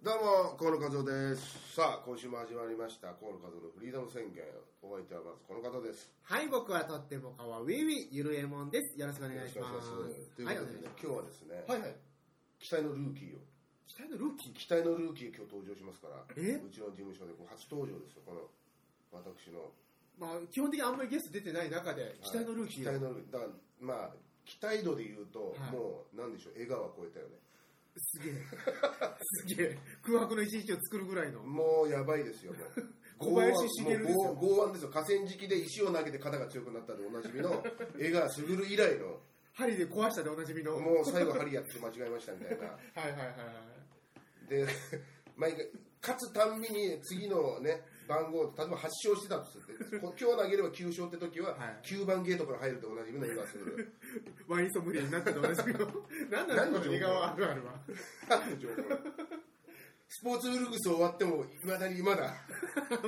どうも河野和夫ですさあ今週も始まりました河野和夫のフリーダム宣言お相手はまずこの方ですはい、僕はとってもかわウィウィゆるえもんです。よろしくお願いします。よろしくおは願いい、しおま願すということでいしねます。今日はですね、期待のルーキーをはいはい。期待のルーキ期待のルーキーー。今日登場しますからえうちの事務所でこう初登場ですよこの私のまあ、基本的にあんまりゲスト出てない中で、期待のルー期キー。待のルーキーだからまあ期待度で言うと、はいもうなんでしょう笑顔は超えたよねすげえ。すげえ。空白の一日を作るぐらいの。もうやばいですよもう 小林茂ですよもう剛剛腕ですよ河川敷で石を投げて肩が強くなったでおなじみの江川卓以来の針で壊したでおなじみの。はいもう最後針やって間違えましたみたいなはいはいはい。で毎回勝つたんびに次のね番号例えば8勝してたとするこ今日投げれば9勝って時ははい9番ゲートから入ると同じみの江川卓ワインソムリエになったでおなじ みの。なんな何んだのろ情報う、笑顔あるあるは。何の情報スポーツウルグス終わってもいまだにまだ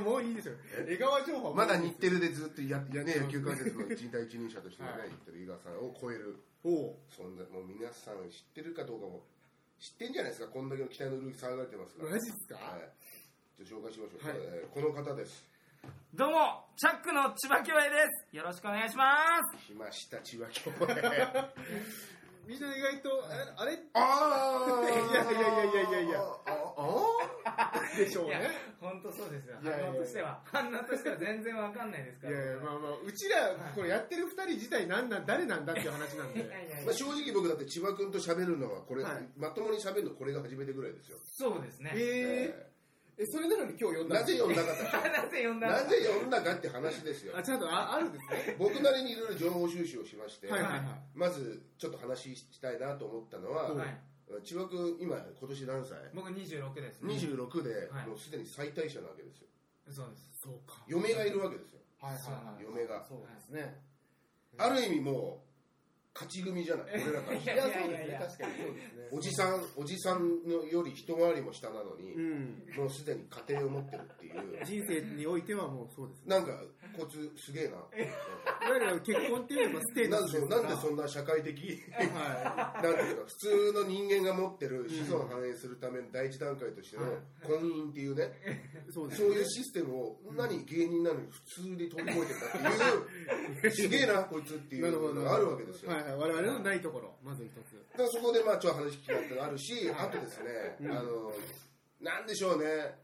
もういいでしょ。笑顔情報はもうまいいでだす日テレでずっとややねうん野球解説の人体一人者としてねはい言ってる井川さんを超えるおう存在もう皆さん知ってるかどうかも知ってんじゃないですかこんだけの期待のルーキー騒がれてますからマジっすかはい、じゃあ紹介しましょう、はいえーこの方ですどうも、チャックの千葉恭平です。よろしくお願いします。来ました千葉京あみんな意外と、ああれ あいやいやいやいやいやああ でしょういやね。、本当そうですよ。いやいやいや反応としては。反応としては全然わかんないですかいら。やいや、まあまあ、うちら、これやってる二人自体なんなん、誰なんだっていう話なんいやで。いやいまやあ、正直僕だって千葉君と喋るのはこれ、はいまともに喋るのこれが初めてぐらいですよ、そうですね。ええー、え、それなのに今日呼んーだなぜ呼んだかなぜ呼んとだのなぜ呼んだかって話です よあ、ちゃんとああるんですね。僕なりにいろいろ情報収集をしまして、はいはいはい。まずちょっと話したいなと思ったのは、はい。千葉君今今年何歳僕26です、ね。 26で、はいもうすでに最大者なわけですよそうです。そうか。嫁がいるわけですよはいそうなんはです嫁がい。そうですね。ある意味もう勝ち組じゃない俺らからしいたらやいやいやいや確かにそうですね。おじさんおじさんのより一回りも下なのに、うん。もうすでに家庭を持ってるっていう 人生においてはもうそうですね。なんかこいつすげえなって思っいわゆる結婚っていうのはステて ーなタんでスそでうすなんでうそんな社会 的はなんていうか普通の人間が持ってる子孫を繁栄するための第一段階としてのはい婚姻っていうねい。そうでそすうね。いうシステムを何芸人なのに普通に飛び越えてんだ っていうすげえなこいつっていうのがあるわけですよはいはい。我々のないところ、まず一つ。だからそこでまあちょっと話聞きたいってのあるし、あとですね、うんあの、なんでしょうね、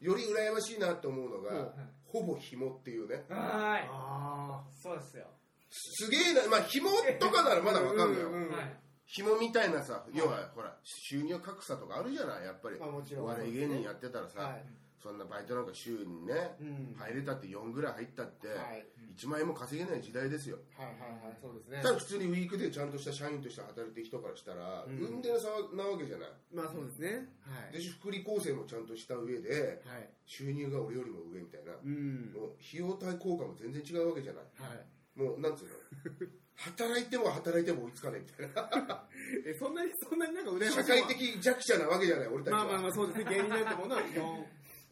より羨ましいなと思うのが、うんほぼ紐っていうね、はあい。そうですよ。すげえな、まあ紐とかならまだわかんないよ。うんうんうんはい。紐みたいなさ、要はほら、収入格差とかあるじゃない、やっぱり。まあもちろんお笑い芸人やってたらあ。さ、はい。そんなバイトなんか週にね、うん。はい。入れたって4ぐらい入ったって、はい1万円も稼げない時代ですよ。はいはい。そうですねた。だ普通にウィークでちゃんとした社員として働いてる人からしたら、うん運転さなわけじゃない。まあそうですね。はい。で福利厚生もちゃんとした上ではい。収入が俺よりも上みたいな、うん。もう費用対効果も全然違うわけじゃないはい。もうなん つうの働いても働いても追いつかないみたいなえ、そんなに、そんなになんか羨ましい社会的弱者なわけじゃない俺たちまは、あまあまあ、そうですね。芸人なんてものは基 本、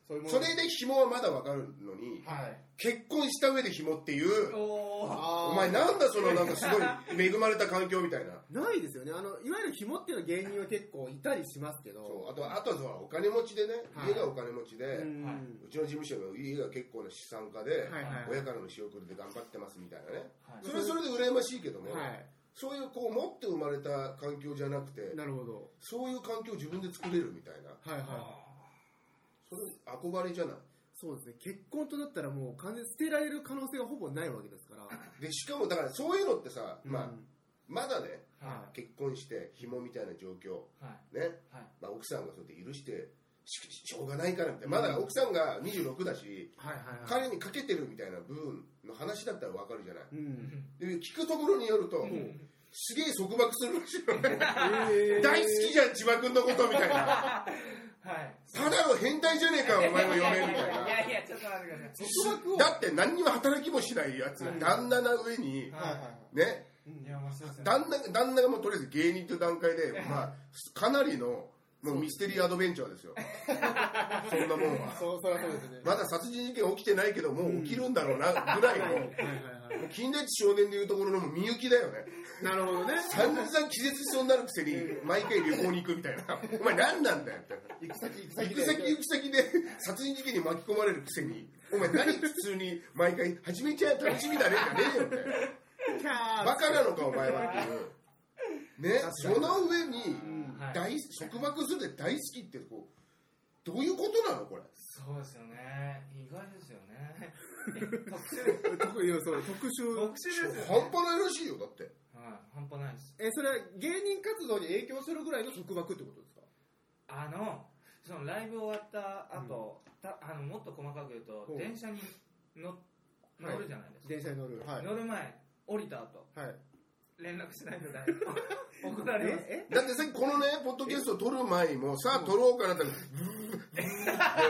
そういうもの。それで紐はまだわかるのにはい。結婚した上で紐っていうおー。あお前なんだそのなんかす ごい恵まれた環境みたいなないですよね。あの、いわゆる紐っていうのは芸人は結構いたりしますけど。そうあとはあとはそのお金持ちでね、はい家がお金持ちで、ううん。ははちの事務所も家が結構な資産家で、いはい。親からの仕送りで頑張ってますみたいなねはいそれはそれで羨ましいけども、はい。そういうこう持って生まれた環境じゃなくてなるほど。そういう環境を自分で作れるみたいなはいはい。あそれ憧れじゃないそうですね。結婚となったらもう完全に捨てられる可能性がほぼないわけですから。でしかもだからそういうのってさ、まあ、まだねーはは結婚して紐みたいな状況い。はね、はいまあ、奥さんがそうやって許してししょうがないからみたいなまだ奥さんが26だしい。はいはいはい。彼にかけてるみたいな部分の話だったらわかるじゃないうんい。ん。で聞くところによると、んすげえ束縛するらしいよねえ 大好きじゃん千葉君のことみたいなはい。ただの変態じゃねえかお前のいや嫁いみたいなやいや、ちょっと待ってください。束縛を。だって何にも働きもしないやつが旦那な上に、はいはいね、うんいや、面白いですね。旦那旦那がもうとりあえず芸人という段階で、まあ、かなりのもうミステリーアドベンチャー ですよ、そんなもんは。そう、そりゃそうですね。まだ殺人事件起きてないけど、もう起きるんだろうなぐらいのはいはいはい。もう金田一少年でいうところのもうみゆきだ よねなるほどね。散々気絶しそうになるくせに毎回旅行に行くみたいなお前何なんだよって行く先行く行先くで先行く先で殺人事件に巻き込まれるくせにお前何普通に毎回「始めちゃえ楽しみだね」じゃねえよみたいなキャーバカなのかお前はっていうねその上にはい大束縛するで大好きってこうどういうことなのこれそうですよね。意外ですよ ね。特いやそう特特殊 殊。ですよ、半ね。端ないらしいよだってはい、半端ないです。え、それは芸人活動に影響するぐらいの束縛ってことですかあの、そのライブ終わった後、たあのもっと細かく言うとほ、う電車に乗乗るじゃないですか。電車に乗る。はい。乗る前、降りた後、はい。連絡しないと 大丈夫。怒られます。えだってさっきこのねポッドキャストを撮る前にもさあ撮ろうかなってブーブーブーってはい。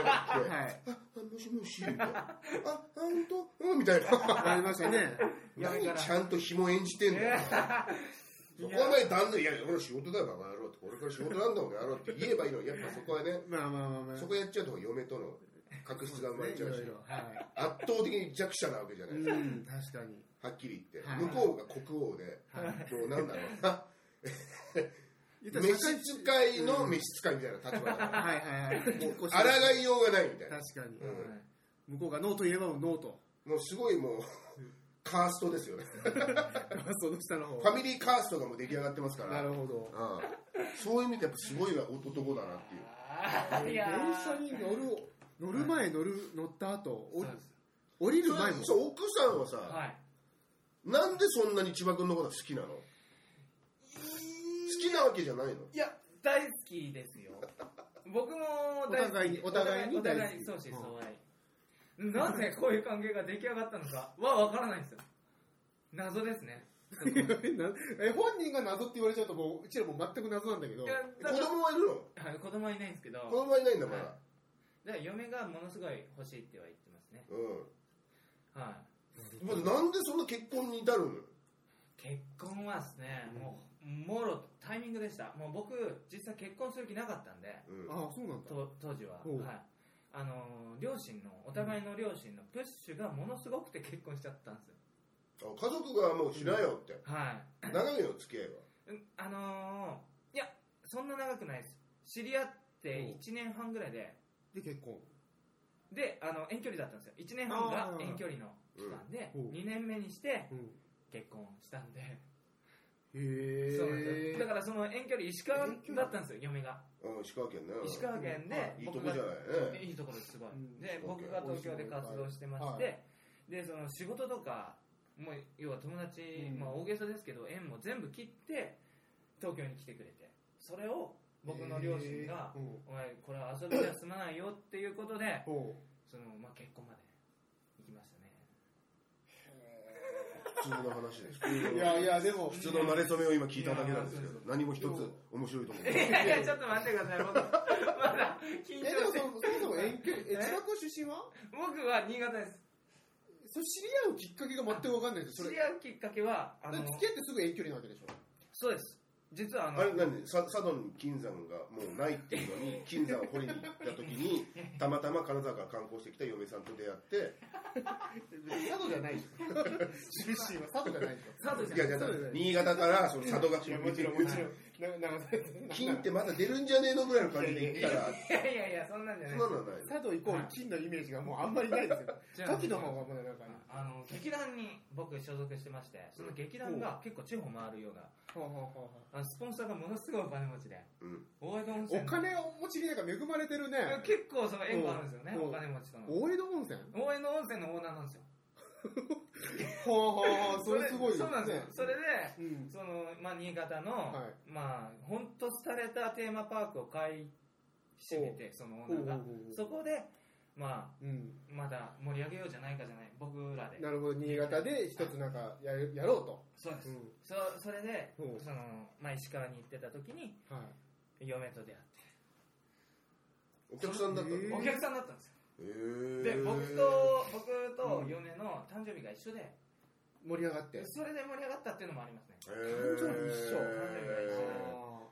ああもしもしみたいなああ本当うんみたいなありましたね。何ちゃんと紐演じてんだよそこはね旦那いや俺は仕事だよバカ野郎って俺から仕事なんだもん野郎って言えばいいのにやっぱそこはねまあまあまあまあ。そこやっちゃうと嫁との確執が生まれちゃうしいろいろは圧倒的に弱者なわけじゃないい。でうすか、ん、確かに。はっきり言って、はい向こうが国王で、もうなん だろうな、言ったら召使いの召使いみたいな立場だから、はいはいはい。 結構し抗いようがないみたいな、確かに。うん はい向こうがノーと言えばもうノーと。もうすごいもう、カーストですよね、その下の方フ。ァミリーカーストがもう出来上がってますから、なるほど。うんそういう意味で、やっぱすごい男だなっていう、あーい電や車ーに乗る、乗る前、乗る、乗った後、そ降うりです降りる前も。そう奥さんはさ、はい。なんでそんなに千葉君のことが好きなの好きなわけじゃないのいや、大好きですよ。僕も大好おき互いにお互いにお大互いお互い好にき相思相う愛。なぜこういう関係が出来上がったのかは分からないんですよ。謎ですね。いやなえ本人が謎って言われちゃうともううちらも全く謎なんだけどいや子だから供はいるのはい子供はいないんですけど、子供はいないんだまだ、はだから嫁がものすごい欲しいっては言ってますね。うはんまずなんでそんな結婚に至るのい。結婚はですね、もう、もろタイミングでした。もう僕、実際結婚する気なかったんで、うんああそうなんだと当時は。おうはい。あのー両親の、お互いの両親のプッシュがものすごくて結婚しちゃったんですよ。あ家族がもうしなよって、はい。長いよ付き合いはうんあのー、いや、そんな長くないです。知り合って1年半ぐらいで、で結婚で、あの、遠距離だったんですよ。1年半があー遠距離の期間で、うん2年目にしてうん結婚したんで、へえそうなんですよ。だからその遠距離、石川だったんですよ、嫁が。うん石川県ね石川県はで、いいと僕こがじゃないねいいところですごい。うんで、そうか僕が東京で活動してまして、はで、その仕事とか、もう要は友達、うんまあ大げさですけど、縁も全部切って、東京に来てくれて、それを僕の両親が、へーお前、これは遊びじゃ済まないよっていうことで、ほうほその、まあ結婚まで行きましたね。普通の話ですういやいやでも普通の慣れ初めを今聞いただけなんですけど何も一つ面白いところ いやいや、ちょっと待ってください、僕。まだ緊えでも張して。そもそもそも遠距離 ええ千葉君出身は僕は新潟です。それ知り合うきっかけが全く分かんないです知それり合うきっかけは、あだのって、付き合ってすぐ遠距離なわけでしょそうです。実はあの、あれ何さ佐渡に金山がもうないっていうのに金山を掘りに行った時にたまたま金沢から観光してきた嫁さんと出会って 佐渡じゃ ないでしょ出身は佐渡じゃないでしょ佐渡じゃんいやいや新潟からその佐渡がいやもちろんもちろんな長崎金ってまだ出るんじゃねえのぐらいの感じで行ったらいやいやいや、そんなんじゃそなんな。いのはない佐渡イコール金のイメージがもうあんまりない ですよじゃあ時の方がもうなんかあの、劇団に僕所属してまして、その劇団が結構地方回るような、ほうほうほうほうあのスポンサーがものすごいお金持ちで、うん大江戸温泉お。金持ちになんか恵まれてるね。結構その縁があるんですよね、うんお金持ちとの。大江戸温泉大江戸温泉のオーナーなんですよ。ほうほうほう、それすごいそうなんですよ。それで、うん。その、まあ、新潟の、はまあ、ほんと廃れたテーマパークを買い占めて、そのオーナーがほうほうほうほ。うそこで、まうん。あ、まだ盛り上げようじゃないかじゃない、僕らで。なるほど、新潟で一つなんかやるやろうと。そうです。うんそそれで、ほうその、まあ、石川に行ってた時に、は嫁と出会っお客さんだったのへて、ーお客さんだったんですよ。でで、僕と、僕と嫁の誕生日が一緒で、い。盛り上がって。それで盛り上がったっていうのもありますね。誕生日一緒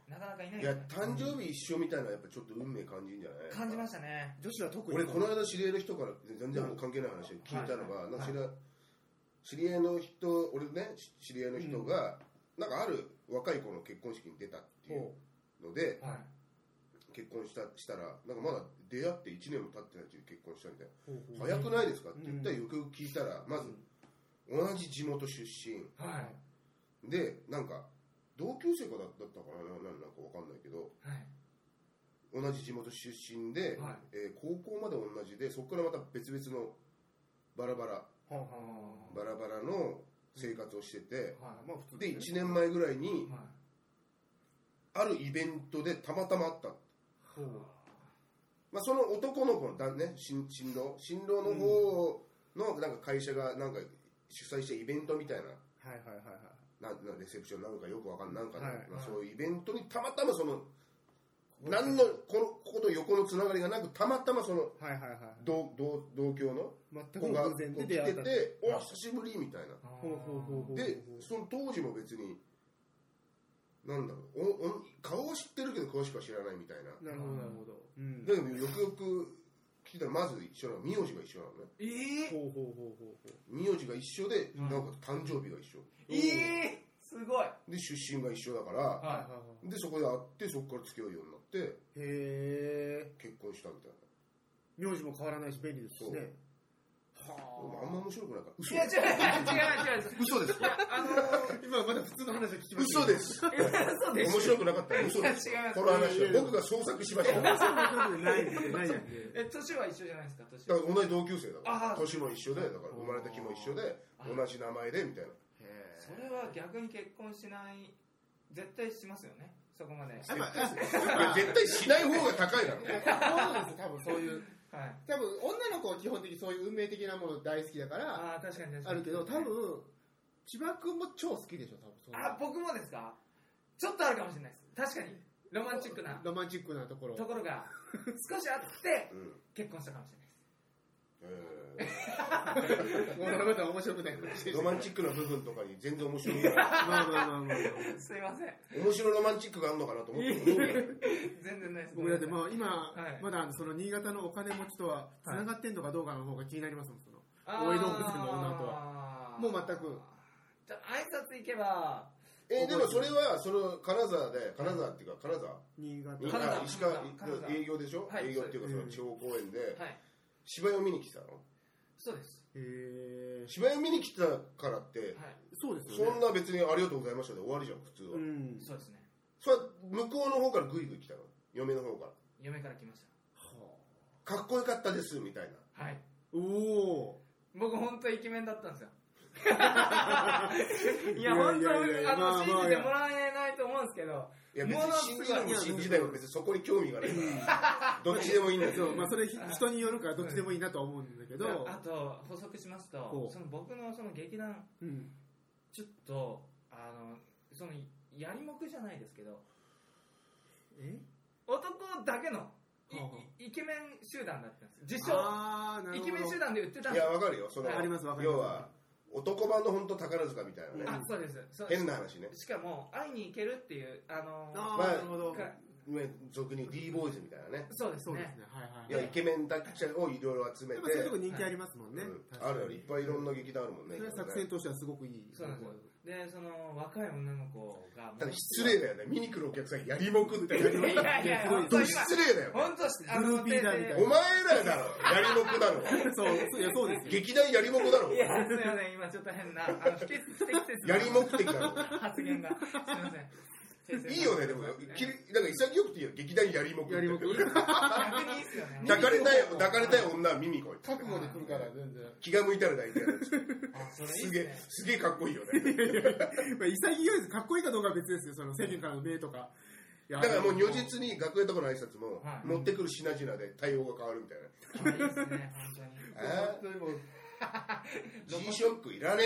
なかなかいないいでやすね誕生日一緒みたいなのはやっぱちょっと運命感じるんじゃない感じましたね。女子は特に。俺この間知り合いの人から全然関係ない話を聞いたのが、なんか知ら知り合いの人俺ねし知り合いの人が、なんかある若い子の結婚式に出たっていうのではい結婚したしたらなんかまだ出会って1年も経ってないうちに結婚したみたいほうほうな、早くないですかって言ったらうよくよく聞いたらまず同じ地元出身はいでなんか同級生かだだったかなななんかわかんないけどはい同じ地元出身で、はいえー高校まで同じでそこからまた別々のバラバラははバラバラの生活をしてて、はまあ普通でね1年前ぐらいいにはいあるイベントでたまたま会った、ほうまあ、その男の子のだね新新郎新郎の方のなんか会社がなんか主催してイベントみたいはいはいはいはいなななレセプションなのかよくわかんないなんか、はいまあ、はいそういうイベントにたまたまその何のこのここと横のつながりがなくたまたまそのはいはいはい同同同郷の全子くが偶然で出会っ来たてってて「お久しぶり」みたいなあーほうほうほうほうでその当時も別になんだろうおお顔を知ってるけど詳しくは知らないみたいななるほどなるほどうんだけどよくよく聞いたらまず一緒なの名字が一緒なのねえー、ほうほうほうほうほう名字が一緒で、うんなおかつ誕生日が一緒えー、すごいで出身が一緒だから、はいははいはいでそこで会ってそこから付き合うようになってへえ結婚したみたいな名字も変わらないし便利ですしねいでもあんま面白くないから嘘いや違う違う違う違う嘘ですあの今まだ普通の話は聞きました嘘ですー、嘘 で面しょ白くなかったら嘘 ですいや違いますこの話いやいやいやは僕が創作しましただ面か白いことないんでないんでえ年は一緒じゃないですか年らは同じ同級生だかあらー年も一緒でだから生まれた日も一緒であ同じ名前でみたいなへそれは逆に結婚しない絶対しますよねそこまでえまあこれ絶対しない方が高いだろいやそうなんですよ多分そういうはい多分女の子は基本的にそういう運命的なもの大好きだからああ確かに確かあにるけど多分千葉君も超好きでしょ多分そういうあ僕もですかちょっとあるかもしれないです確かにロマンチックなロマンチックなところところが少しあってうん結婚したかもしれないですえもうダメだ面白くない話でー すロマンチックな部分とかに全然面白くないまあまあまあまあまあすいません面白ロマンチックがあるのかなと思 って思うよ全然ないです僕だってまあ今はいまだあのその新潟のお金持ちとは繋がってんのかどうかの方が気になりますもんそのあー大江戸温泉の女とーもう全くじゃあ挨拶行けばえーでもそれはその金沢で金沢っていうか金沢新潟に金沢あ石川金沢金沢営業でしょ、はい営業っていうかそそうのです地方公演ではい芝居を見に来てたのそうですへえ芝居を見に来てたからってはいそうですそよんねな別にありがとうございましたで終わりじゃん普通は、うんそうですねそれは向こうの方からグイグイ来たの嫁の方か嫁から来ましらかっこよかったですみたいなたはいおお僕本当イケメンだったんです よいやいや本当いやいやあまあの信まあじてもらえないと思うんですけどいや別ものに信じるも信じないも別にそこに興味がないからどっちでもいいんだけそどうまあそれ人によるからどっちでもいいなとは思うんだけどあと補足しますとほうその僕のその劇団うんちょっとあのそのやりもくじゃないですけどえ男だけのいほうほイケメン集団だったんです自称ああなるイほケどメン集団で売ってたんいですやわかるよそのありますわかります要は男版の本当宝塚みたいなねあそうですそう変な話ねしかも会いに行けるっていうあのあまああなるほどかね俗に d ボーイズみたいなねそうですそうねですねはいいはやいイケメンたちをいろいろ集めやてっぱそういうとこ人気ありますもんねうん確かあにるあるいっぱいいろんな劇団あるもんねそれは作戦としてはすごくいいそうなんですよでその若い女の子がただ失礼だよね見に来るお客さんやりもくってやりいもくやいやいや本ど当今失礼だよ本当あグルのーピーだみたいおな前らだろやりもくだろそうそういやそうですよ劇団やりもくだろいやすいません今ちょっと変なあの不適切やりも目的だろ発言がすいません先生いいよねでもきりなんか潔くていいよ劇団やりもくやりもく逆にいいっすよね抱かれたい抱かれたい女は耳こい覚悟で来るから全然気が向いたら大体やるあそれいいすっすげえねすげえかっこいいよねまあ潔いですかっこいいかどうかは別ですよその世間からの命とかいやだからもう如実に学園とかの挨拶もはい持ってくる品々で対応が変わるみたいなあいいっすね本当えに本当にもう G ショックいらね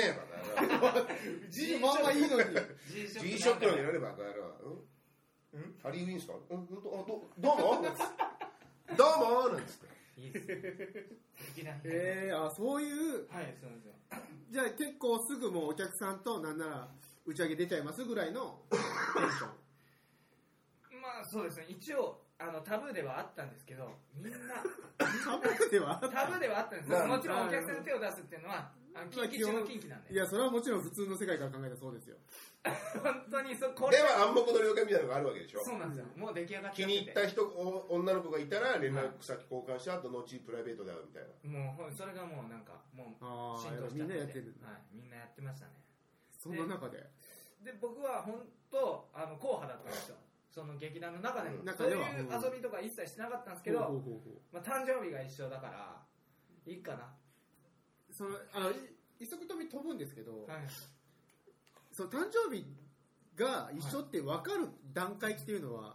えからな G まんまいいのに G シ G ショックなんかいならねえバカ野郎うんんハリー・ウィンスかうんほんとあどどうもなんつってどうもなんつっていいっすね劇団ええあそういうはいそうですよじゃあ結構すぐもうお客さんとなんなら打ち上げ出ちゃいますぐらいのテンションまあそうですね一応あのタブーではあったんですけどみんなタブーではタブーではあったんですなよるもちろんお客さんの手を出すっていうのはあの近畿中の近畿なんでいや、それはもちろん普通の世界から考えたらそうですよ。本当にそこでれは暗黙の了解みたいなのがあるわけでしょそうなんですよもう出来上がっち気ゃっに入てってた人お女の子がいたら連絡先交換して後々プライベートで会うみたいなもうほんそれがもうなんかもうあ浸あ、やっぱ透しみちゃんなやっっててるんだ。はい、みんなやってましたねそんな中で。で僕は本当あの硬派だったんですよその劇団の中でうん中ではそういう遊びとか一切しなかったんですけほうど、ほうほうほまあ、誕生日が一緒だからいいかうなその、あの、い一足飛び飛ぶんですけど、はいその誕生日が一緒って分かる段階っていうのは、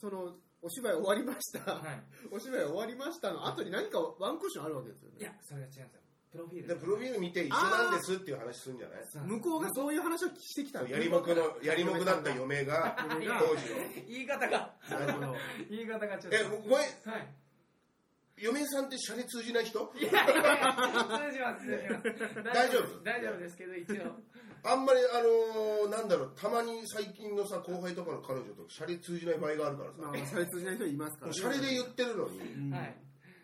その、お芝居終わりました。はいお芝居終わりましたの後に何かワンクッションあるわけですよいね。やそれが違うんですよプロフィールでプロフィール見て一緒なんですっていう話するんじゃないそう向こうがそういう話をしてきたんだやりもくのやりもくだった嫁が当時嫁がの言い方がなるほど。言い方がちょっとえお前はい嫁さんってシャレ通じない人いやいやいや通じます通じます大丈夫大丈夫ですけど一応あんまりあのーなんだろうたまに最近のさ後輩とかの彼女とシャレ通じない場合があるからさまも あ、差別しない人いますから、うシャレで言ってるのにうんははいい。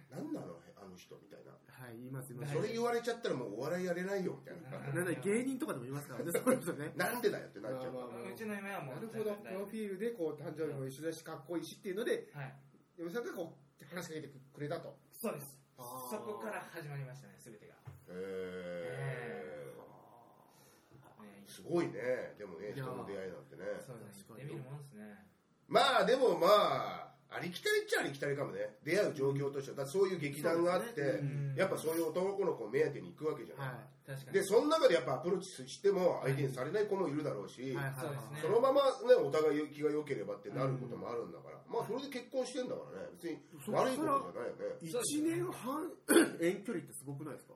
何なのあの人みたいな言います、言います。それ言われちゃったらもうお笑いやれないよみたいはななんだ芸人とかでも言いますからね、そういう人ね。なんでだよってなまあっちゃうまあまあうちの夢はもうなるほど、プ大丈ロ夫フィールでこう誕生日も一緒だし、かっこいいしっていうので、はい嫁さんがこう話しかけてくれたと。そうですあーそこから始まりましたね全てがへねーすごいねでもねいや人の出会いなんてねそうです確ねかにで見るもんですねまあでもまあありきたりっちゃありきたりかもね出会う状況としてはだからそういう劇団があって、そうですねうんやっぱそういう男の子を目当てに行くわけじゃない、は確かにでその中でやっぱアプローチしても相手にされない子もいるだろうし、い。はいはいそうですねそのまま、ね、お互い気が良ければってなることもあるんだから、まあそれで結婚してんだからね別にそ悪いここかとらじゃないよね1年半遠距離ってすごくないですか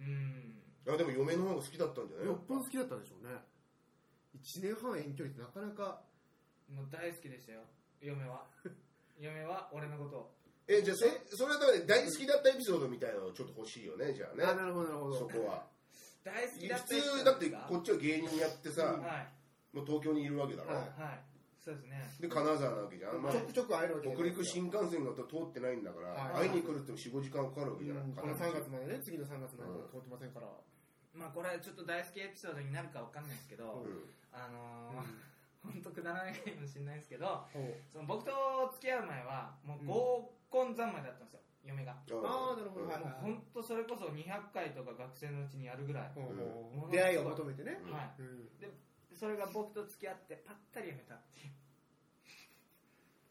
うんいやでも嫁の方が好きだったんじゃないよっぽど好きだったんでしょうね。1年半遠距離ってなかなか、もう大好きでしたよ嫁は嫁は俺のことをえじゃあそそれはだから大好きだったエピソードみたいなのちょっと欲しいよねじゃああ、ねなるほど、なるほそど。こは大好きだっ普た通だってここっちは芸人やってさ、はいもう東京にいるわけだろ、ははいそうですねで金沢なわけじゃん、まあちょ、くちょく会えるわけじゃな北い陸新幹線が通ってないんだから、はい会いに来るっても45時間かかるわけじゃない、うん金この沢3月までね、次の3月まで通ってませんから。まあこれはちょっと大好きエピソードになるかわかんないですけど、うんあのー本当くだらないかもしれないですけどほうその僕と付き合う前はもう合コン三昧だったんですよ嫁がああ、なるほど。うんはいもうはい本当それこそ200回とか学生のうちにやるぐらい、ほうほううん出会いを求めてね。うんはうんいそれが僕と付き合ってぱったりやめたっていう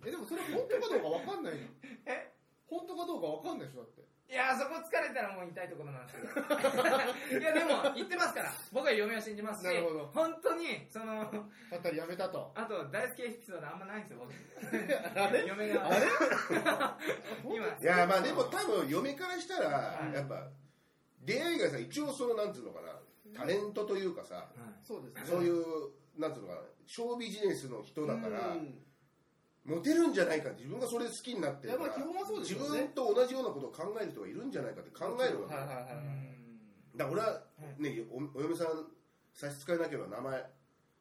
え、でもそれ本当かどうかわかんない の。え本当かどうかわかんないでしょ、だって。いやーそこ疲れたらもう痛いところなんですけど いやでも言ってますから僕は嫁を信じますしなるほど本当にそのだったりやめたと。あと大好きエピソードあんまないんです よ僕あれ嫁があれ今いやまあでも多分嫁からしたらいやっぱ出会いがさ一応そのなんつうのかなタレントというかさそうですね。そういうなんつうのかなショービジネスの人だからうんモテるんじゃないか自分がそれ好きになってるかいやまあ基本はらそうです自よね分と同じようなことを考える人がいるんじゃないかって考えるわけはいはいだかはいはい。ら俺はねおお嫁さん差し支えなければ名前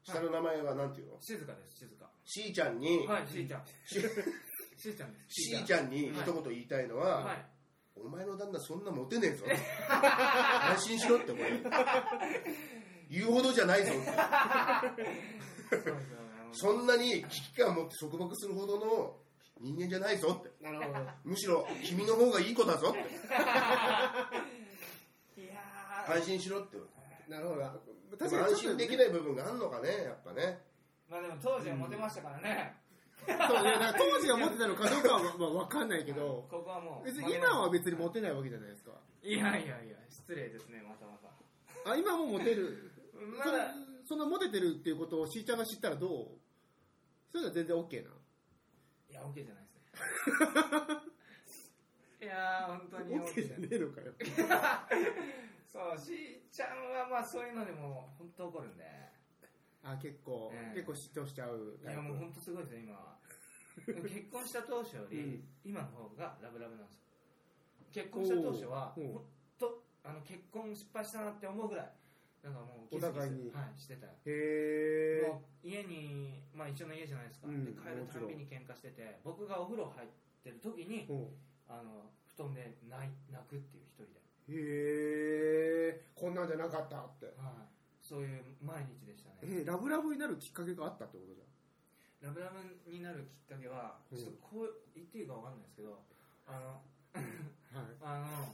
下の名前はなんていうの静かです静かしーちゃんにはいしーちゃんしーちゃんですしーちゃんに一言言いたいのははいお前の旦那そんなモテねえぞ安心しろって思う言うほどじゃないぞってそうですよねそんなに危機感を持って束縛するほどの人間じゃないぞってなるほど。むしろ君の方がいい子だぞっていやー安心しろってなるほど。で確もかに安ちょっと心できない部分があるのかねやっぱねまあでも当時はモテましたからねそうね、だから当時は持ってたのかどうかはまあわかんないけど、ここはもう別に今は別にモモテテないわけじゃないですか。いやいやいや失礼ですねまたまたあ、今もモテる。まだそそのモテてるっていうことをしーちゃんが知ったらどうそれでは全然 OK な。いや OK じゃない ですねいやー本当に OK じゃねえの かよ。そうしーちゃんはまあそういうのでも本当怒るんであ、結構、ええ結構嫉妬しちゃういタイやプ。もう本当すごいですよ今は結婚した当初より、うん今の方がラブラブなんですよ結婚した当初はおうおう本当あの結婚失敗したなって思うぐらいなんかもうお互いにはい、してたよへえもう家に、まあ、一緒の家じゃないですか、うんで帰るたんびに喧嘩してて僕がお風呂入ってる時にあの布団で泣い泣くっていう一人で、へえこんなんじゃなかったってはい、そういう毎日でしたねえラブラブになるきっかけがあったってことじラブラブになるきっかけはうんちょっとこう言っていいかわかんないですけどあのゃん、はい、 あ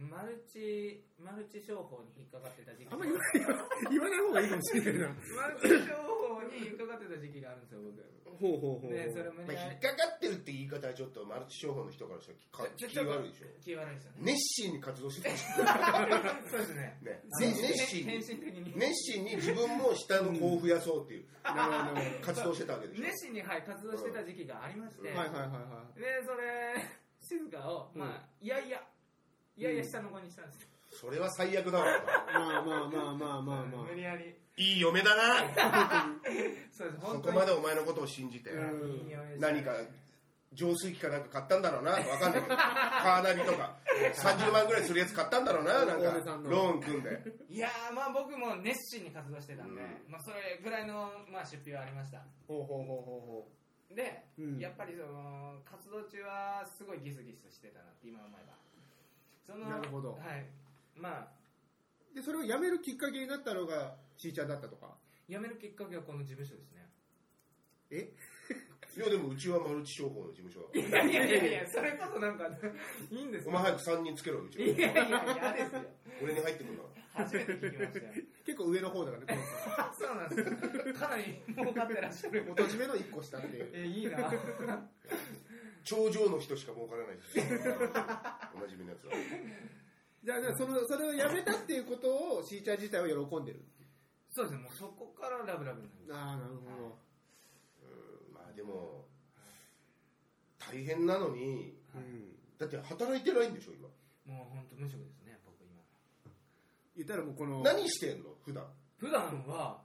のマルチマルチ商法に引っかかってた時期あんマまル言わない言わない方がいいかもしれないなチ商法に引っかかってた時期があるんですよ僕ほうほうほうほうでそれもまあ、引っねかかってるって言い方はちょっとマルチ商法の人からしたらち気ょ気悪いでしょ気悪いですよね熱心に活動してたでし そうですねょ、ね、あの熱心変に身的に熱心に自分も下の子を増やそうっていうなるほど なる活動してたわけでしょ、熱心に、はい、活動してた時期がありまして、ほどはいはいはいはでそれ静香を、まあいやいやいやいや下の子にしたんですよ、それは最悪だわいまあまあまあまあまあまあ 無理やりいい嫁だなそうですそ本当こにまでお前のことを信じてうんいいよね何か浄水器かなんか買ったんだろうなわかんないけどカーナビとか30万ぐらいするやつ買ったんだろうななん大梅さかんのローン組んでいやーまあ僕も熱心に活動してたんで、うまあ、それぐらいの、まあ、出費はありましたほうほうほうほで、うほううんやっぱりその活動中はすごいギスギスしてたなって今思えばそのなるほどはいまあでそれをやめるきっかけになったのがしーちゃんだったとか辞めるきっかけはこの事務所ですねいやでもうちはマルチ商法の事務所だからいやいやいやいやそれこそなんかいいんですおよ前早く3人つけろようちいやいはやいやですよ俺に入ってくるな初めて聞きましたよ結構上の方だからねあそうなんですよかなり儲かってらっしゃるおとじめの一個下っていうえいいな頂上の人しか儲からないですよおなじみのやつはじゃあじゃあそのそれをやめたっていうことをしーちゃん自体は喜んでるそうですねもうそこからラブラブになりましああなるうんまあでも大変なのにた、はいんだって働いてないんでしょ今もう本当無職ですね僕今言ったらもうこの何してんの普段普段は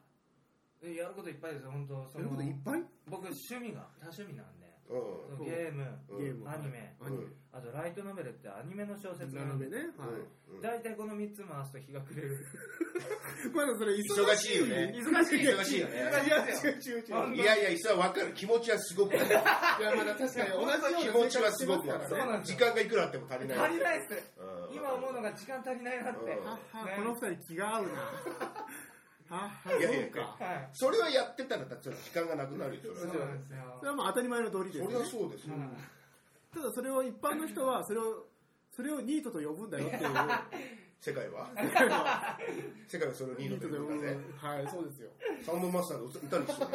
えやることいっぱいですよ本当そやることいっのぱい僕趣味が多趣味なんでうんそうゲームうんゲームアニメうんうんあとライトノベルってアニメの小説ながるべねはいうん大体この3つ回すと日が暮れるまだそれ忙しいよね忙しい忙しいよいねやいや違う違う違ういやいやそれは分かる気持ちはす ごくわかるいやまだ確かに同じ気よう持なちはすごくわそかうなんるです時よ間がいくらあっても足りない足りないっすうん今思うのが時間足りないなって、うんははっはこの二人気が合うなはっはそいやいやうかいそれはやってたらだって時間がなくなるよそそうれなはんですよそれはまあ当たり前の通りですそよりねゃそうですようんただそれを一般の人はそれをそれをニートと呼ぶんだ よっていう世界は世界はそれをニーニードトとと呼ぶ呼ぶんだぜはいそうですよサウンドマスターの歌にしてたね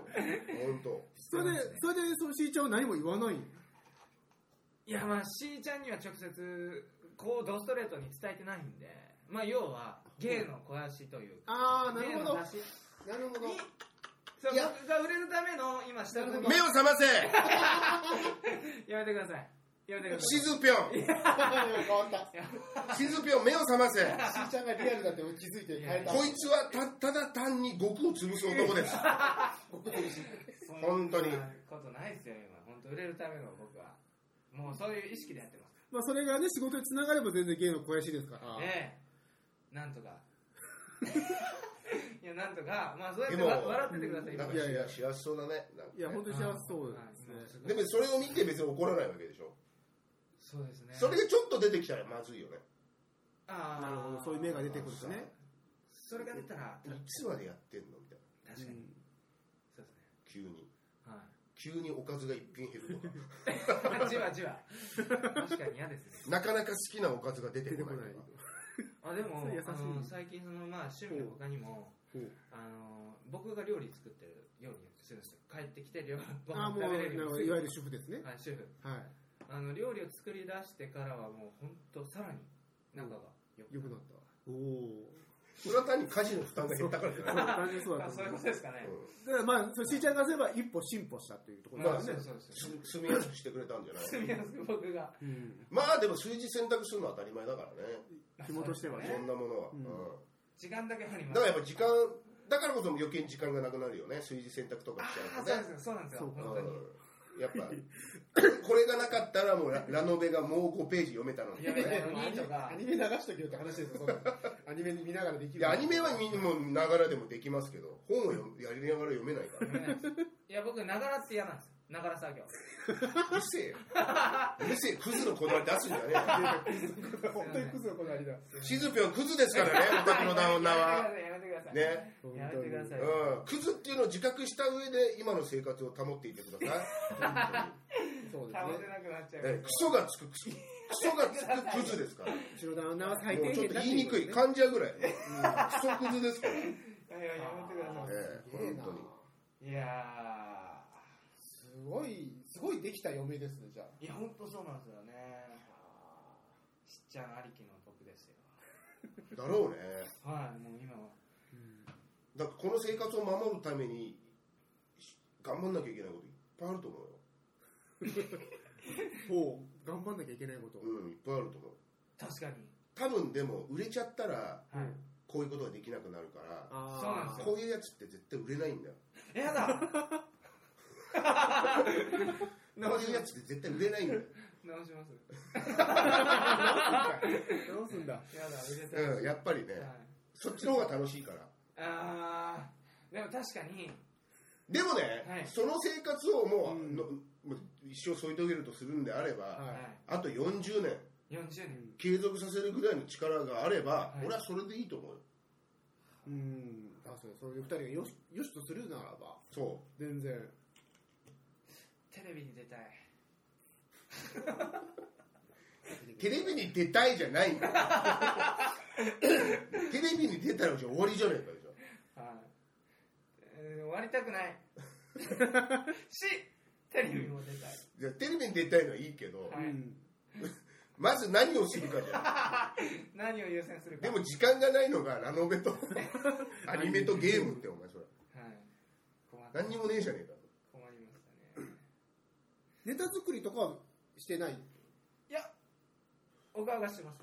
それ ねうん本当 それでそれでそのしーちゃんは何も言わないいやまあしーちゃんには直接こうドストレートに伝えてないんでまあ要は芸の肥やしというかああなるほど芸の出しなるほ どにそういや僕が売れるための今下の目を覚ませやめてくださいやめてくださしずぴょん変わったしずぴょん目を覚ませしーちゃんがリアルだって気づいて変えたこいつはたただ単に極を潰す男ですいそんな本当にことないですよ今本当売れるための僕はもうそういう意識でやってますまあそれがね仕事につながれば全然芸の肥やしですからええなんとか いやなんとかまあそうやってでもわ笑っててくださいな今んかいやいや幸せそうだねなんかねいや本当に幸せそうですねはいすごいでもそれを見て別に怒らないわけでしょそうですねそれがちょっと出てきたらまずいよねあーなるほどそういう目が出てくるとねそれが出たらたいつまでやってんのみたいな確かに、うんそうですね急には急におかずが一品減るとかいじわじわ確かに嫌ですねなかなか好きなおかずが出て出てここなないいとかあでもそれ優しいあの最近そのまあ趣味の他にもほうあの僕が料理作ってる料理するんですよ帰ってきて料理ごああ飯もう食べれるなよるうほにどいわゆる主婦ですねはい主婦はあの料理を作り出してからはもう本当さらに仲が良いよくなったおおそれは単に家事の負担が減ったからじゃない単純にそうだあとそう思いいますうことですかね、だからまあそのしーちゃんがすれば一歩進歩したっていうところまであすそねうそうですうんす住みやすくしてくれたんじゃない住みやすく僕がうんまあでも数字選択するのは当たり前だからね紐としてはねそんなものは、うんうん時間だけ入りまだすからやっぱ時間だからこそ余計に時間がなくなるよね炊事洗濯とかしちあゃうとあそうねですそうなんですそようか本当にうやっぱこれがなかったらもうララノベがもう5ページ読めたのにやめたよなとかアニメ流しとけよって話ですよ、そんなアニメ見ながらできいる。やアニメはみもうながらでもできますけど本を読むやりながら読めないからいや僕ながらって嫌なんですよながら作業うるせえようるせえクズのこだわり出すんじゃねえよ 本当にクズのこだわりだ。しずぴょんクズですからねお宅の旦那はやめてくださいやねめてくださいやめてくださいうん、クズっていうのを自覚した上で今の生活を保っていてください倒せ。なくなっそうですねちゃうえクソがつくクソクソがつくクズですからもうちの旦那は最低うちょっ限とだって言いにくい患者ぐらい、クソクズですから、えいやいややめてくださえ本当にいいやすごい、すごいできた嫁ですね、じゃあ。ーいや本当そうなんですよねしっちゃんありきの僕ですよだろうねはいもう今はだからこの生活を守るためにし頑張んなきゃいけないこといっぱいあると思うよほう頑張んなきゃいけないこと、うんいっぱいあると思う確かに多分でも売れちゃったらはいこういうことができなくなるからあーそうなんですよこういうやつって絶対売れないんだよやだこ直ういしうまやすつって絶対売れないんだよ、直しますどうすん だやだ入れたい、うん、やっぱりねはい、そっちの方が楽しいからあーでも確かにでもね、はいその生活をもう、うんのもう一生添い遂げるとするんであれば、はいあと40年40年継続させるぐらいの力があれば、い俺はそれでいいと思うようんあそうそれで二人がよしよしとするならばそ全然テレビに出たいうテレビに出たいじゃないんだよテレビに出たらじゃ終わりじゃないかよじゃあはい、えー終わりたくないしテレビも出たいじゃあテレビに出たいのはいいけど、はいうんまず何をするかじゃん何を優先するかでも時間がないのがラノベ とアニメとゲームってお前それはい、困った何にもねえじゃねえか困りましたねネタ作りとかはしてないいや小川がしてます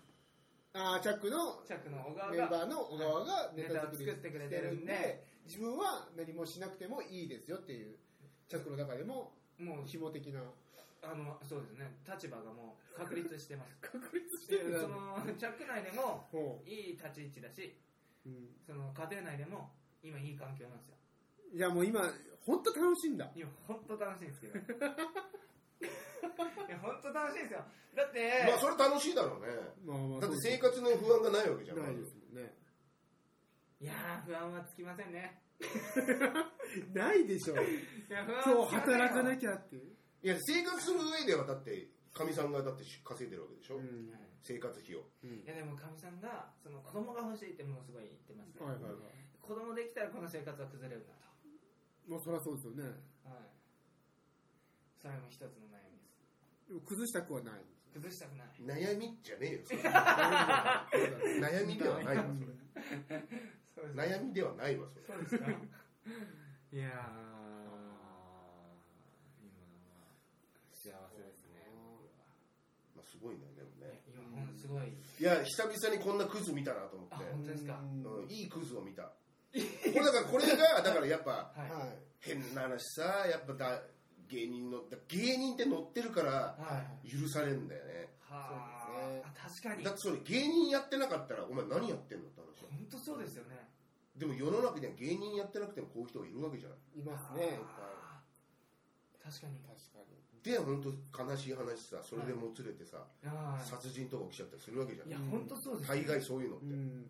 あーチャックの着の小川メンがバーの小川がネネタタ作をり作ってくれてるんで自分は何もしなくてもいいですよっていうチャックの中でももう紐的なあのそうですね立場がもう確立してます 確立でその着内でもほいい立ち位置だしう、うんその家庭内でも今いい環境なんですよいやもう今本当楽しいんだ今本当楽しいんですけ どいや本当楽しいんですよだって、まあそれ楽しいだろうねまあまあだってそう生活の不安がないわけじゃんないですもんねいやー不安はつきませんねない でしょいや不安今は日つきませんよ働かなきゃっていう、いや生活する上ではだってかみさんがだって稼いでるわけでしょ、んはい生活費をうんいやでもかみさんがその子供が欲しいってものすごい言ってますね、はいはいはい子供できたらこの生活は崩れるなと、まあそりゃそうですよねはい、それも一つの悩みですでも崩したくはない崩したくない悩みじゃねえよそ れそうだね悩みではないわそれそうです悩みではないわそれそうですかいやー今は幸せですねまあ、すごいねでもね今ほんとすごいいや久々にこんなクズ見たなと思ってあ本当ですかうんうんいいクズを見たこれだからこれがだからやっぱはいはい。変な話さやっぱだ芸人のだ芸人って乗ってるからはい許されんだよねはそあうですね確かにだってそれ芸人やってなかったらお前何やってんのって話本当そうですよねでも世の中には芸人やってなくてもこういう人がいるわけじゃないいますね、いっあぱー確かにい。確かに。で本当悲しい話さそれでもつれてさ、あー殺人とか起きちゃったりするわけじゃいやん本当そうです大概そういうのっうて、ん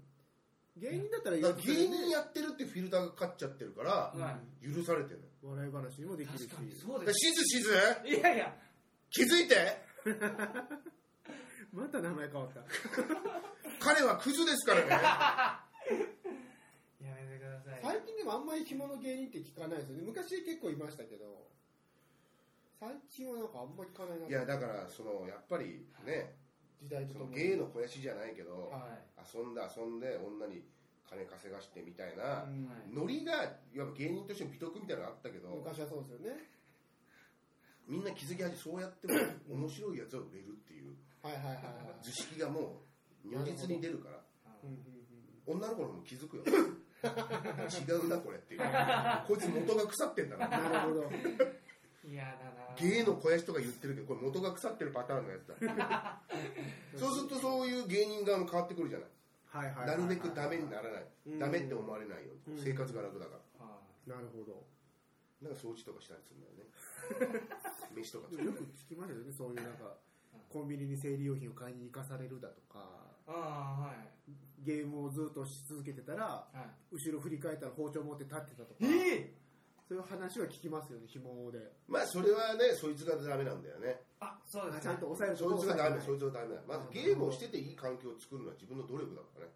芸人だったらだ言から芸人やってるってフィルターがかかっちゃってるからはい許されてる笑い話にもできるし確かにそうだかでらすしずしずいやいや気づいてまた名前変わった彼はクズですからねやめてください最近でもあんまり紐の芸人って聞かないですよね。昔結構いましたけど、最近はなんかあんまり聞かないな。いやだからそのやっぱりね時代とそとのもに。芸の肥やしじゃないけどはい遊んで遊んで女に金稼がしてみたいなうんはいノリがいわば芸人としての美徳みたいなのがあったけど昔はそうですよね。みんな気づき始めそうやっても面白いやつは売れるっていうはいはいはい はい。図式がもう如実に出るからうんうん女の子の方も気づくよ違うなこれっていうこいつ元が腐ってんだななるほど嫌だな芸の肥やしとか言ってるけどこれ元が腐ってるパターンのやつだそうするとそういう芸人側も変わってくるじゃないはいはいはいなはいるべくダメにならないうんダメって思われないようにうん生活が楽だからあなるほどなんか掃除とかしたりするんだよね 飯とかよく聞きましたよねそういうなんかコンビニに生理用品を買いに行かされるだとかあはいゲームをずっとし続けてたらはい後ろ振り返ったら包丁持って立ってたとかえそういう話は聞きますよね紐でまあそれはねそいつがダメなんだよねあそうです、あね、ちゃんと抑えるとそこいつが抑ダえてメないそいつがダメだまずゲームをしてていい環境を作るのは自分の努力だからね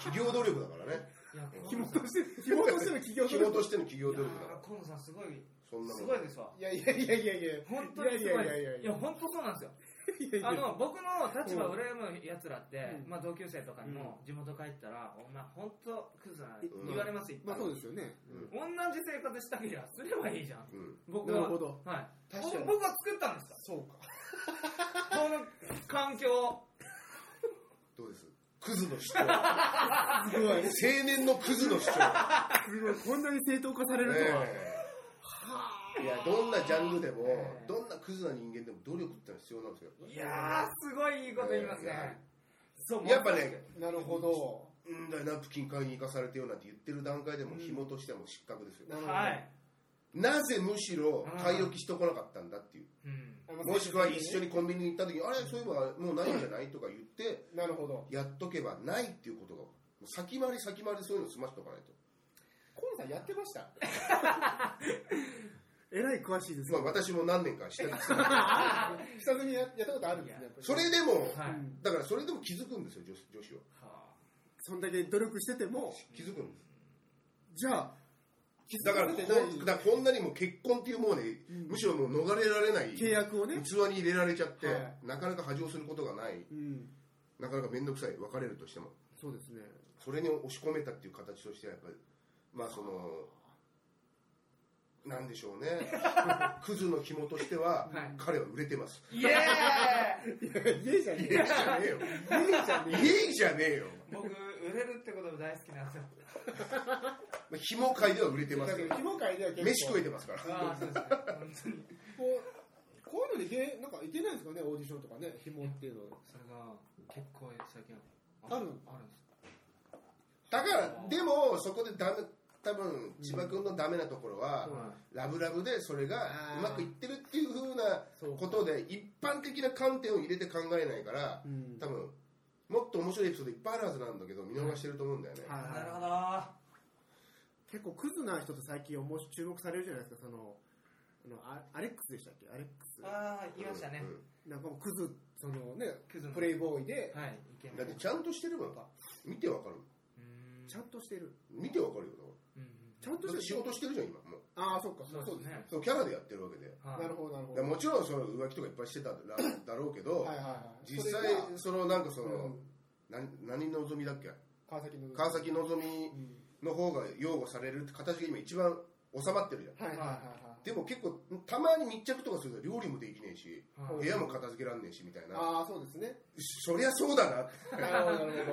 企業努力だからねいや河紐野さんとして紐としての企業努紐力としての企業努力だかいやら河野さんすごいそんなもすんごいですわいやいやいやいやいや。本当にすごいですいやいやいやいやいや本当そうなんですよ いやいやあの僕の立場を羨むやつらって、うんまあ、同級生とかにも地元帰ったら「お前本当クズだな」ってうん言われますいっまぱいあそうですよね、うん同じ生活したけりゃすればいいじゃんうん僕なるはほどはい確かに僕僕は作ったんですかそうか。この環境をどうですクズの主張青すごい年のクズの主張すごいこんなに正当化されるとは、ええいやどんなジャンルでも、ええどんなクズな人間でも努力ってのは必要なんですよいやーすごいいいこと言いますえねそうやっぱねなるほど。うんだナプキン買いに行かされてよなんて言ってる段階でも紐としてはもう失格ですよ、なるほど。はい、なぜむしろ買い置きしてこなかったんだっていううん、あのもしくは一緒にコンビニに行った時にあれそういえばもうないんじゃないとか言ってなるほど。やっとけばないっていうことがもう先回り先回りそういうの済ましておかないと、コンさんやってました えらい詳しいですまよ、あ、私も何年かしてるんですけど下積みややったことあるんですね、やっぱり。それでもはい、うんだからそれでも気づくんですよ女子女子ははそんだけ努力してても気づくんですじゃあだからこ気づかせてないだからこんなにも結婚っていうもうね、うんむしろもう逃れられない器契約をね、に入れられちゃって、はなかなか波状することがないうん、なかなか面倒くさい別れるとしてもそうです ねそれに押し込めたっていう形としてはやっぱりまあそのなんでしょうね クズの紐としては、はい彼は売れてますいイエーイ家 じゃ家ねじゃねえよ家じゃね家じゃねえよ 僕売れるってことも大好きなんですよまあ紐界では売れてますだよけど、紐会では結構。飯食ええてますからああそうですね本当にこう、こういうのでいけ、なんかいけないんですかね、オーディションとかね、紐っていうの。それが結構最近あるあるんですだからでもそこでダメ多分千葉君のダメなところは、はラブラブでそれがあーうまくいってるっていう風なそうかことで一般的な観点を入れて考えないからうん多分もっと面白いエピソードいっぱいあるはずなんだけど見逃してると思うんだよね、はいなるはほいど結構クズな人と最近おもし注目されるじゃないですかそのあのあアレックスでしたっけアレックスああ言いましたね、うんなんかもうクズそのねクズのプレイボーイで、はいいけうんなだいってちゃんとしてれば見てわかるうんちゃんとしてる見てわかるよだかうんちゃんとらだしってて仕事してるじゃん今もうああそっかそうですねそのキャラでやってるわけではいなるほど、なるほだからど。もちろんその浮気とかいっぱいしてたらだろうけど、はいはいはい。実際そそのれがなんかその、うん何何望みだっけ川崎の。川崎望みうん。の方が擁護されるって形が今一番収まってるじゃんはいはいはいはでも結構たまに密着とかすると料理もできねえしはい部屋も片付けらんねえしみたいい。なああ、そうですね。そりゃそうだなってなるほど、なるほど。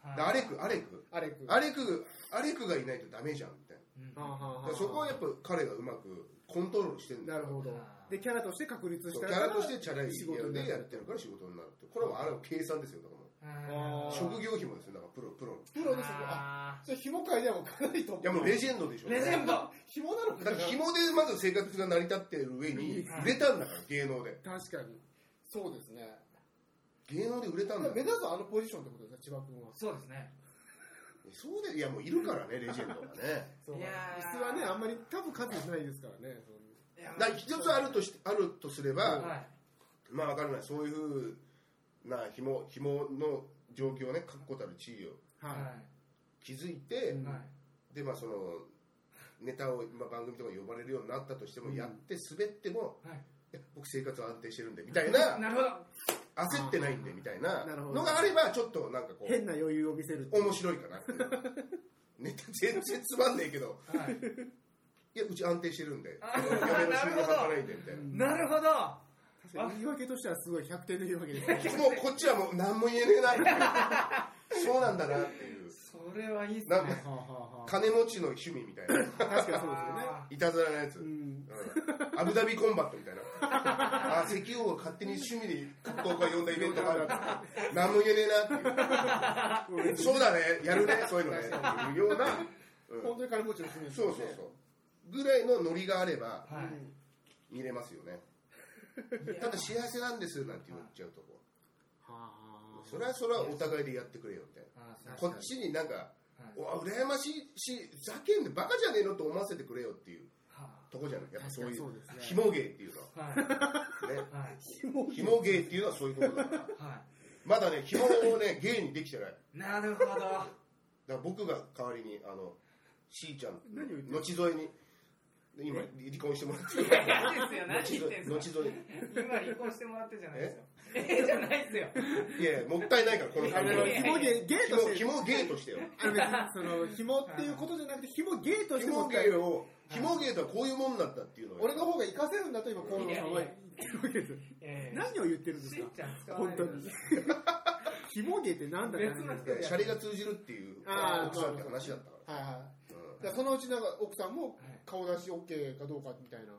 はいでアレクアレクアレク。アレクアレクがいないとダメじゃんみたいうんはあはあなはあそこはやっぱ彼がうまくコントロールしてるんだなるほどあーでキャラとして確立そしうキたャラとしてチャラい仕事にでなるやってるから仕事になるってこれはあれは計算ですよだからもうあー職業費もですよだからプロプロのプロですね。あ、あじゃあ紐会でもかなりトッいプ。やもうレジェンドでしょーレジェンド紐なのかだから紐でまず生活が成り立ってる上に売れたんだから芸能で確かにそうですね。芸能で売れたんだ目立つあのポジションってことですね、千葉君は。そうですねそうでいやもういるからねレジェンドがね そういやー質はね、あんまり多分数ないですからね。そういういやだから一つあるとしあるとすれば、はいまあわからないそういうふうな紐紐の状況をね確固たる地位をはい、築いて、うんはいでまあそのネタを、まあ、番組とか呼ばれるようになったとしても、うんやって滑ってもはいいや僕生活は安定してるんでみたいななるほど焦ってないんでみたいななるほどのがあればちょっとなんかこう変な余裕を見せるっていう面白いかなっていうネタ全然つまんねえけどはいいやうち安定してるんであー嫁の収入なるほど働いてみたいな。なるほど確かに言い訳としてはすごい100点の言い訳ですねもうこっちはもう何も言えねえなそうなんだなっていうそれはいいっすなんね。はあはあはあ金持ちの趣味みたいな。確かにそうですよね。あいたずらのやつ。ううんん。アブダビコンバットみたいな。あ、石油王が勝手に趣味で格闘家呼んだイベントがある。何も言えねえなっていう。そうだね、やるね、そういうのね。っていうような。うん本当に金持ちの趣味そうそうそう。ぐらいのノリがあればーは見れますよね。い。ただ幸せなんですなんて言っちゃうとこはあはそれはそれはお互いでやってくれよみたいな。あーこっちになんか、はいお羨ましいし、ふざけんでバカじゃねえのと思わせてくれよっていうはとこじゃない。やっぱそういう確かにそうですねひも芸っていうのは。あはい。ね、はい。ひも芸っていうのはそういうとこだから。はまだね、紐をね、 芸にできてない。だかい。なるほど。ら僕が代わりに、あの、しーちゃん何を言って、る後添えに、今、離婚してもらってる。いいです後よ。添え何言ってん後すか。添今離婚してもらってじゃないですよ。えじゃないですよ。え。いやいや、もったいないから、このあ感の、じいやいやいや紐ゲー、ゲーとして、紐、紐芸としてよ。あの別にその、紐っていうことじゃなくて、紐ゲーとして紐も使え芸る。を、紐芸とはこういうもんなんだっていうのを。俺の方が活かせるんだと今河野いさやんいはや言ってるわけですよええ何を言ってるんですしかんちゃん使わ本ないで当くだにさい。。紐ゲーってなんだって話別の人いやシャレが通じるっていうあー奥さんって話だったかはいはら、いじゃあそのうちなんか奥さんもはい顔出し OK かどうかみたいな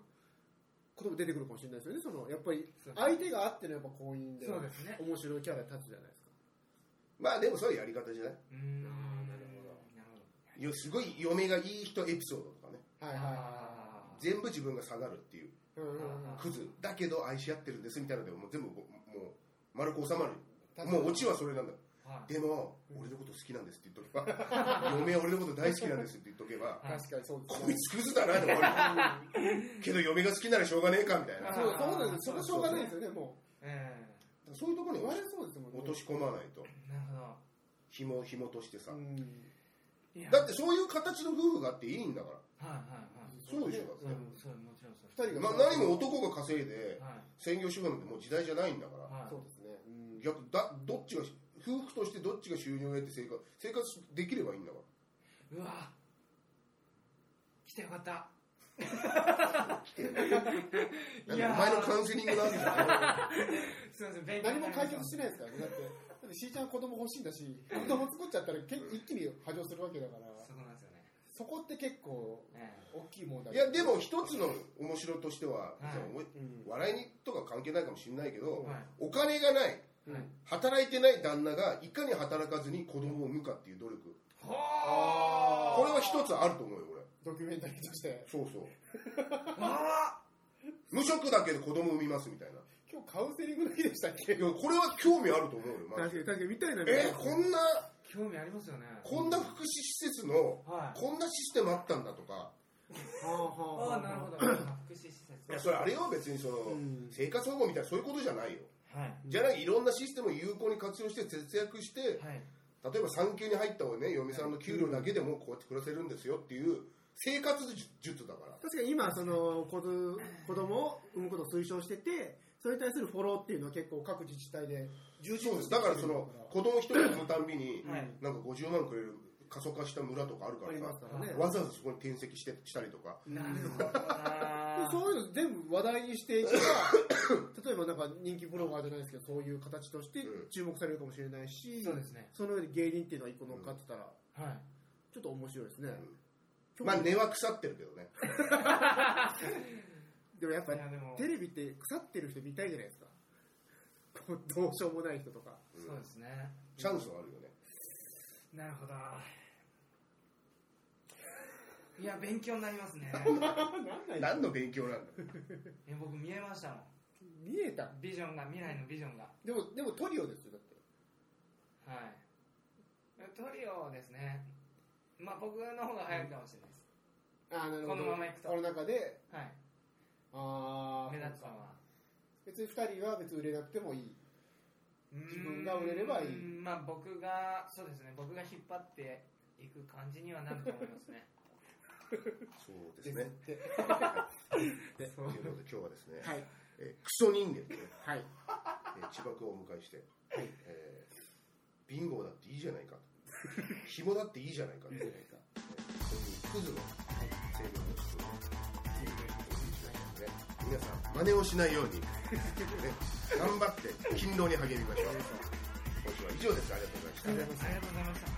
ことも出てくるかもしれないですよね。その、やっぱり、そう相手があってのやっぱ婚姻でそうですね。面白いキャラ立つじゃないですか。まあでもそれはやり方じゃないうーん。あーなるほどなるほど。よすごい嫁がいい人エピソードとかねはいはいあー全部自分が下がるっていううんうんうんクズだけど愛し合ってるんですみたいなのでもう全部もうもう丸く収まる確かもにうオチはそれなんだはいでも俺のこと好きなんですって言っとけば 嫁は俺のこと大好きなんですって言っとけばはい確かにそうですこいつクズだなって思 われるけど嫁が好きならしょうがねえかみたいなそうそうなんですそこしょうがないですよねもえそういうところうに言わ落れそうですもんねとし込まないとえなるほど紐紐としてさうんいや。だってそういう形の夫婦があっていいんだからはいはいはい。そうでしょそうそうもちろんそう。二人まがあ、何も男が稼いではい専業主婦なんてもう時代じゃないんだからはい。そうですねうん逆だどっちが夫婦としてどっちが収入を得て生活生活できればいいんだかうわ来てよかったらいなやんかお前のカウンセリングなわけじゃ ないすいません勉強何にもなりま解した決してないですからねだってだってしーちゃん子供欲しいんだし子供作っちゃったらけ一気に波状するわけだからそこなんですよね、そこって結構え大きい問題いやでも一つの面白としては、いそのおもうん笑いにとか関係ないかもしれないけど、はいお金がないえうん働いてない旦那がいかに働かずに子供を産むかっていう努力ほーあーこれは一つあると思うよ俺ドキュメンタリーとしてそうそうわ無職だけど子供産みますみたいな今日カウンセリングの日でしたっけいやこれは興味あると思うよマ確ジかでに、確かに、みたいえな。こんなー興味ありますよねこんな福祉施設のはいこんなシステムあったんだとか、はあはあはあああーなるほど福祉施設いやそれあれよ、別にその、ん生活保護みたいなそういうことじゃないよ。はいじゃなくいろんなシステムを有効に活用して節約して、はい例えば産休に入った方がね、嫁さんの給料だけでもこうやって暮らせるんですよっていう生活術だから。確かに今、その、子ど子供を産むことを推奨してて、それに対するフォローっていうのは結構各自治体で、そうです。だからその、子供一人産むたんびに、はいなんか50万くれる過疎化した村とかあるかあらりまさす、からね。わざわざそこに転籍してしたりとか、なるほどなそういうの全部話題にしていけば 例えばなんか人気ブロガーじゃないですけど、そういう形としてうん注目されるかもしれないし、そうですねその上で芸人っていうのは一個乗っかってたら、はいちょっと面白いですね。興味まあ根は腐ってるけどね。でもやっぱいやでもテレビって腐ってる人見たいじゃないですか。 こうどうしようもない人とか。うんそうですねチャンスはあるよね。なるほどいや勉強になります ね何の勉強なんだよえ僕見えましたも見えた。んビジョンが未来のビジョンがでもでもトリオですよだってはい。トリオですね。まあ僕の方が早いかもしれないです。ああなるこのまま行くと俺の中ではい。ああ目立つさんは。別に2人は別に売れなくてもいい自分が売れればいいうんまあ僕が、そうですね、僕が引っ張っていく感じにはなると思いますね。そうですね。でということで今日はですね、はい。えークソ人間とね、はい。えー、千葉君をお迎えして、えービンゴだっていいじゃないかと、 紐だっていいじゃないかと、そういうクズの性能をちょっとねいいね皆さん、真似をしないよう に、ね、頑張って勤労に励みましょう。今週は以上です。ありがとうございましたあり。がとうございました。